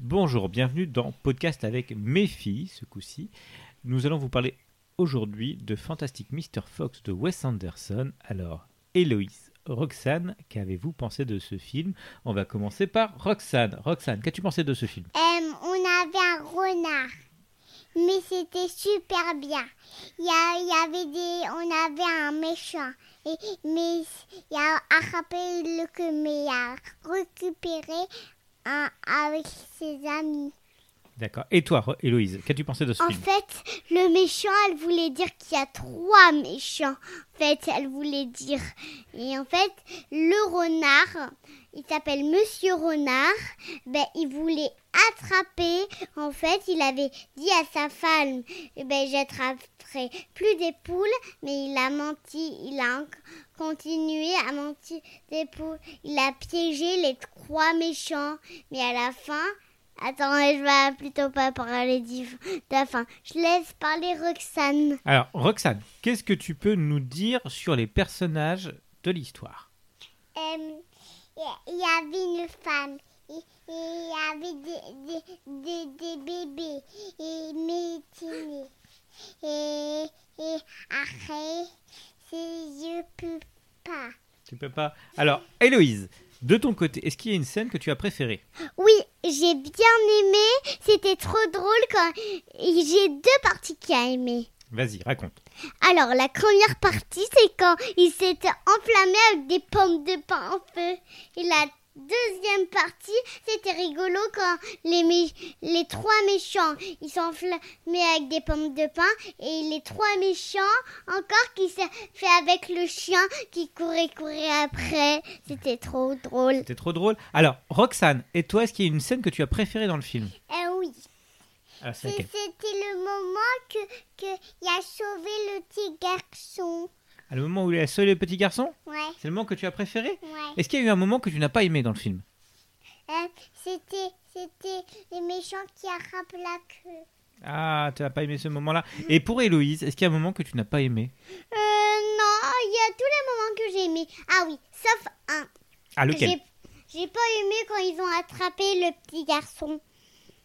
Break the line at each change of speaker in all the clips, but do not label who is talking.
Bonjour, bienvenue dans Podcast avec mes filles, ce coup-ci. Nous allons vous parler aujourd'hui de Fantastic Mr. Fox de Wes Anderson. Alors, Héloïse, Roxane, qu'avez-vous pensé de ce film On va commencer par Roxane. Roxane, qu'as-tu pensé de ce film
Euh, on avait un renard, mais c'était super bien. Il y, a- il y avait des, on avait un méchant, et, mais il a attrapé le que, mais il a récupéré un avec ses amis.
D'accord. Et toi, Ro- Héloïse, qu'as-tu pensé de ce
En
film
fait, le méchant, elle voulait dire qu'il y a trois méchants. En fait, elle voulait dire. Et en fait, le renard, il s'appelle Monsieur Renard. Ben, il voulait attraper. En fait, il avait dit à sa femme, eh ben, j'attraperai plus des poules. Mais il a menti. Il a en- continué à mentir des poules. Il a piégé les trois méchants. Mais à la fin, Attends, je vais plutôt pas parler du- de la fin. Je laisse parler Roxane.
Alors, Roxane, qu'est-ce que tu peux nous dire sur les personnages de l'histoire
Il Euh, y avait une femme. Il y avait des, bébés. Et métinés. Et, et après, ses yeux plus pas.
Tu peux pas. Alors, Héloïse, de ton côté, est-ce qu'il y a une scène que tu as préférée
Oui, j'ai bien aimé. C'était trop drôle quand. et J'ai deux parties qui a aimé.
Vas-y, raconte.
Alors, la première partie, c'est quand il s'était enflammé avec des pommes de pain en feu. Et la deuxième partie, c'était rigolo quand les, mé- les trois méchants, ils s'enflammaient avec des pommes de pain. Et les trois méchants, encore, qui s'est fait avec le chien qui courait, courait après. C'était trop drôle.
C'était trop drôle. Alors, Roxane, et toi, est-ce qu'il y a une scène que tu as préférée dans le film
Eh oui.
Alors, c'est
Et
laquelle
C'était le moment que, que il a sauvé le petit garçon.
À le moment où il est seul le petit garçon
Ouais,
C'est le moment que tu as préféré
ouais.
Est-ce qu'il y a eu un moment que tu n'as pas aimé dans le film
Euh, c'était, c'était les méchants qui attrapent la queue.
Ah, tu n'as pas aimé ce moment-là. Et pour Héloïse, est-ce qu'il y a un moment que tu n'as pas aimé
Euh, non, il y a tous les moments que j'ai aimé. Ah oui, sauf un.
Ah, lequel
J'ai, j'ai pas aimé quand ils ont attrapé le petit garçon.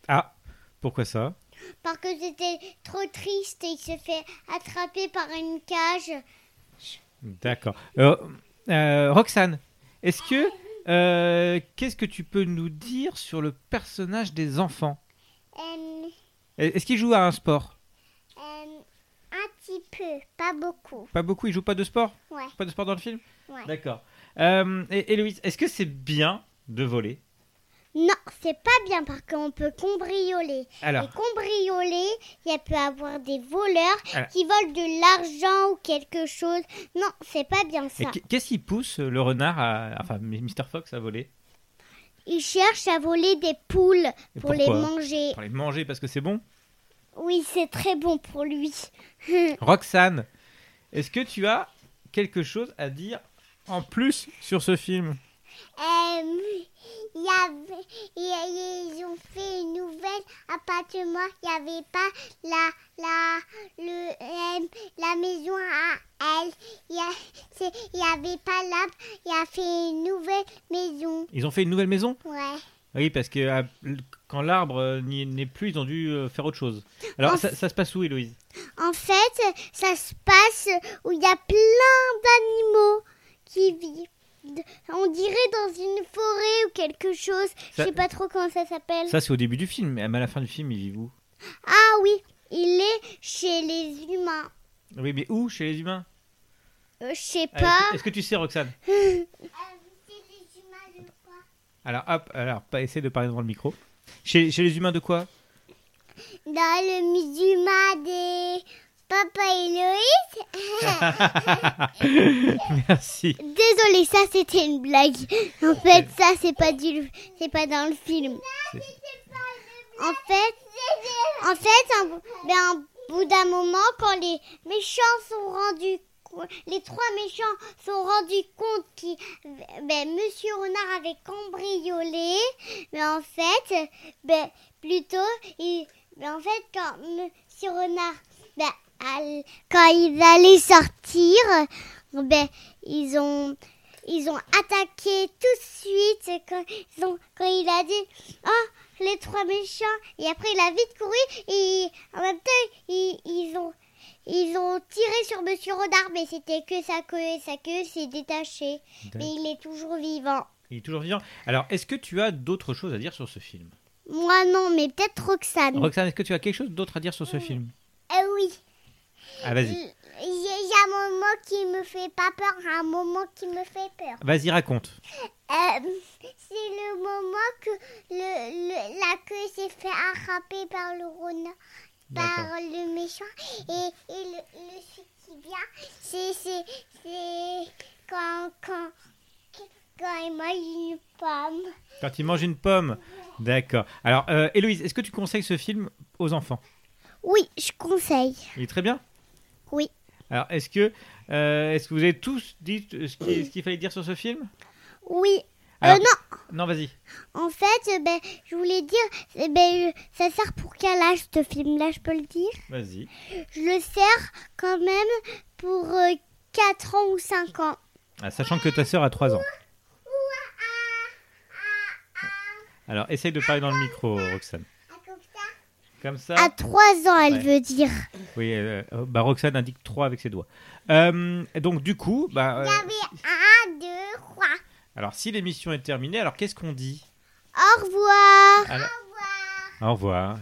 Ah, pourquoi ça
Parce que c'était trop triste et il se fait attraper par une cage.
D'accord. Euh, euh, Roxane, est-ce que... euh, Qu'est-ce que tu peux nous dire sur le personnage des enfants
Euh,
Est-ce qu'ils jouent à un sport
euh, un petit peu, pas beaucoup.
Pas beaucoup, ils jouent pas de sport
Ouais,
Pas de sport dans le film
ouais.
D'accord. Euh, et Héloïse, est-ce que c'est bien de voler
Non, c'est pas bien parce qu'on peut cambrioler. Et
Alors,
cambrioler, il y a peut avoir des voleurs
Alors.
qui volent de l'argent ou quelque chose. Non, c'est pas bien
et
ça.
qu- qu'est-ce qui pousse le renard, à, enfin Mr. Fox, à voler
Ils cherchent à voler des poules
Et
pour les
pourquoi
manger.
Pour les manger parce que c'est bon
Oui, c'est très bon pour lui. Mm.
Roxane, est-ce que tu as quelque chose à dire en plus sur ce film
Euh, il y avait- il y a- ils ont fait une nouvelle appartement. Il n'y avait pas la, la, le, euh, la maison à elle. Il y a- c'est- il y avait pas l'arbre. Il a fait une nouvelle maison.
Ils ont fait une nouvelle maison
Ouais.
Oui, parce que ah, l- quand l'arbre euh, n'y- n'est plus, ils ont dû euh, faire autre chose. Alors,
En
ça, ça se passe où, Héloïse
En fait, ça se passe où il y a plein d'animaux qui vivent. On dirait dans une forêt ou quelque chose.
Ça-
Je sais pas trop comment ça s'appelle.
Ça, c'est au début du film, mais à la fin du film, ils vivent où
Ah oui, il est chez les humains.
Oui, mais où Chez les humains
Euh, je sais
Ah, est-ce que-
pas. Euh,
Est-ce que tu sais, Roxane Alors, hop, alors, pas essayer de parler devant le micro. Chez, chez les humains de quoi
Dans le musulman des Papa Héloïse.
Merci.
Désolé, ça c'était une blague. En fait, ça c'est pas du, c'est pas dans le film.
C'est-
En fait, en fait, un, ben, un bout d'un moment, quand les méchants sont rendus, co- les trois méchants sont rendus compte qui, ben, Monsieur Renard avait cambriolé, mais en fait, ben, plutôt, il, ben, en fait, quand Monsieur Renard, ben, al- quand ils allaient sortir, ben, ils ont ils ont attaqué tout de suite quand, ils ont- quand il a dit Oh, les trois méchants. Et après, il a vite couru et en même temps, ils, ils ont. Ils ont tiré sur Monsieur Renard, mais c'était que sa queue et sa queue s'est détachée. Mais il est toujours vivant.
Il est toujours vivant. Alors, est-ce que tu as d'autres choses à dire sur ce film
Moi non, mais peut-être Roxane.
Roxane, est-ce que tu as quelque chose d'autre à dire sur ce film
Eh oui.
Ah,
Il
vas-y.
il y a un moment qui me fait pas peur, un moment qui me fait peur.
Vas-y, raconte.
Euh, c'est le moment que le, le- la queue s'est fait attraper par le renard,
D'accord.
par le méchant. Et, et le, le celui qui vient, c'est- c'est c'est quand, quand, quand il mange une pomme.
Quand il mange une pomme. D'accord. Alors, euh, Héloïse, est-ce que tu conseilles ce film aux enfants
Oui, je conseille.
Il est très bien
Oui.
Alors, est-ce que, euh, est-ce que vous avez tous dit euh, ce qui- ce qu'il fallait dire sur ce film
Oui. Euh,
Alors-
non
Non, vas-y.
En fait, euh, ben, je voulais dire, euh, ben, je- ça sert pour quel âge ce film-là, je peux le dire
Vas-y.
Je le sers quand même pour euh, 4 ans ou 5 ans.
Ah, sachant que ta sœur a 3 ans. Alors, essaye de parler dans le micro, Roxane. Comme ça.
À 3 ans, elle
Ouais.
veut dire.
Oui, euh, euh, bah, Roxane indique 3 avec ses doigts. Euh, donc, du coup, bah, euh,
1, 2, 3.
alors si l'émission est terminée, alors qu'est-ce qu'on dit
Au revoir.
Alors- Au revoir.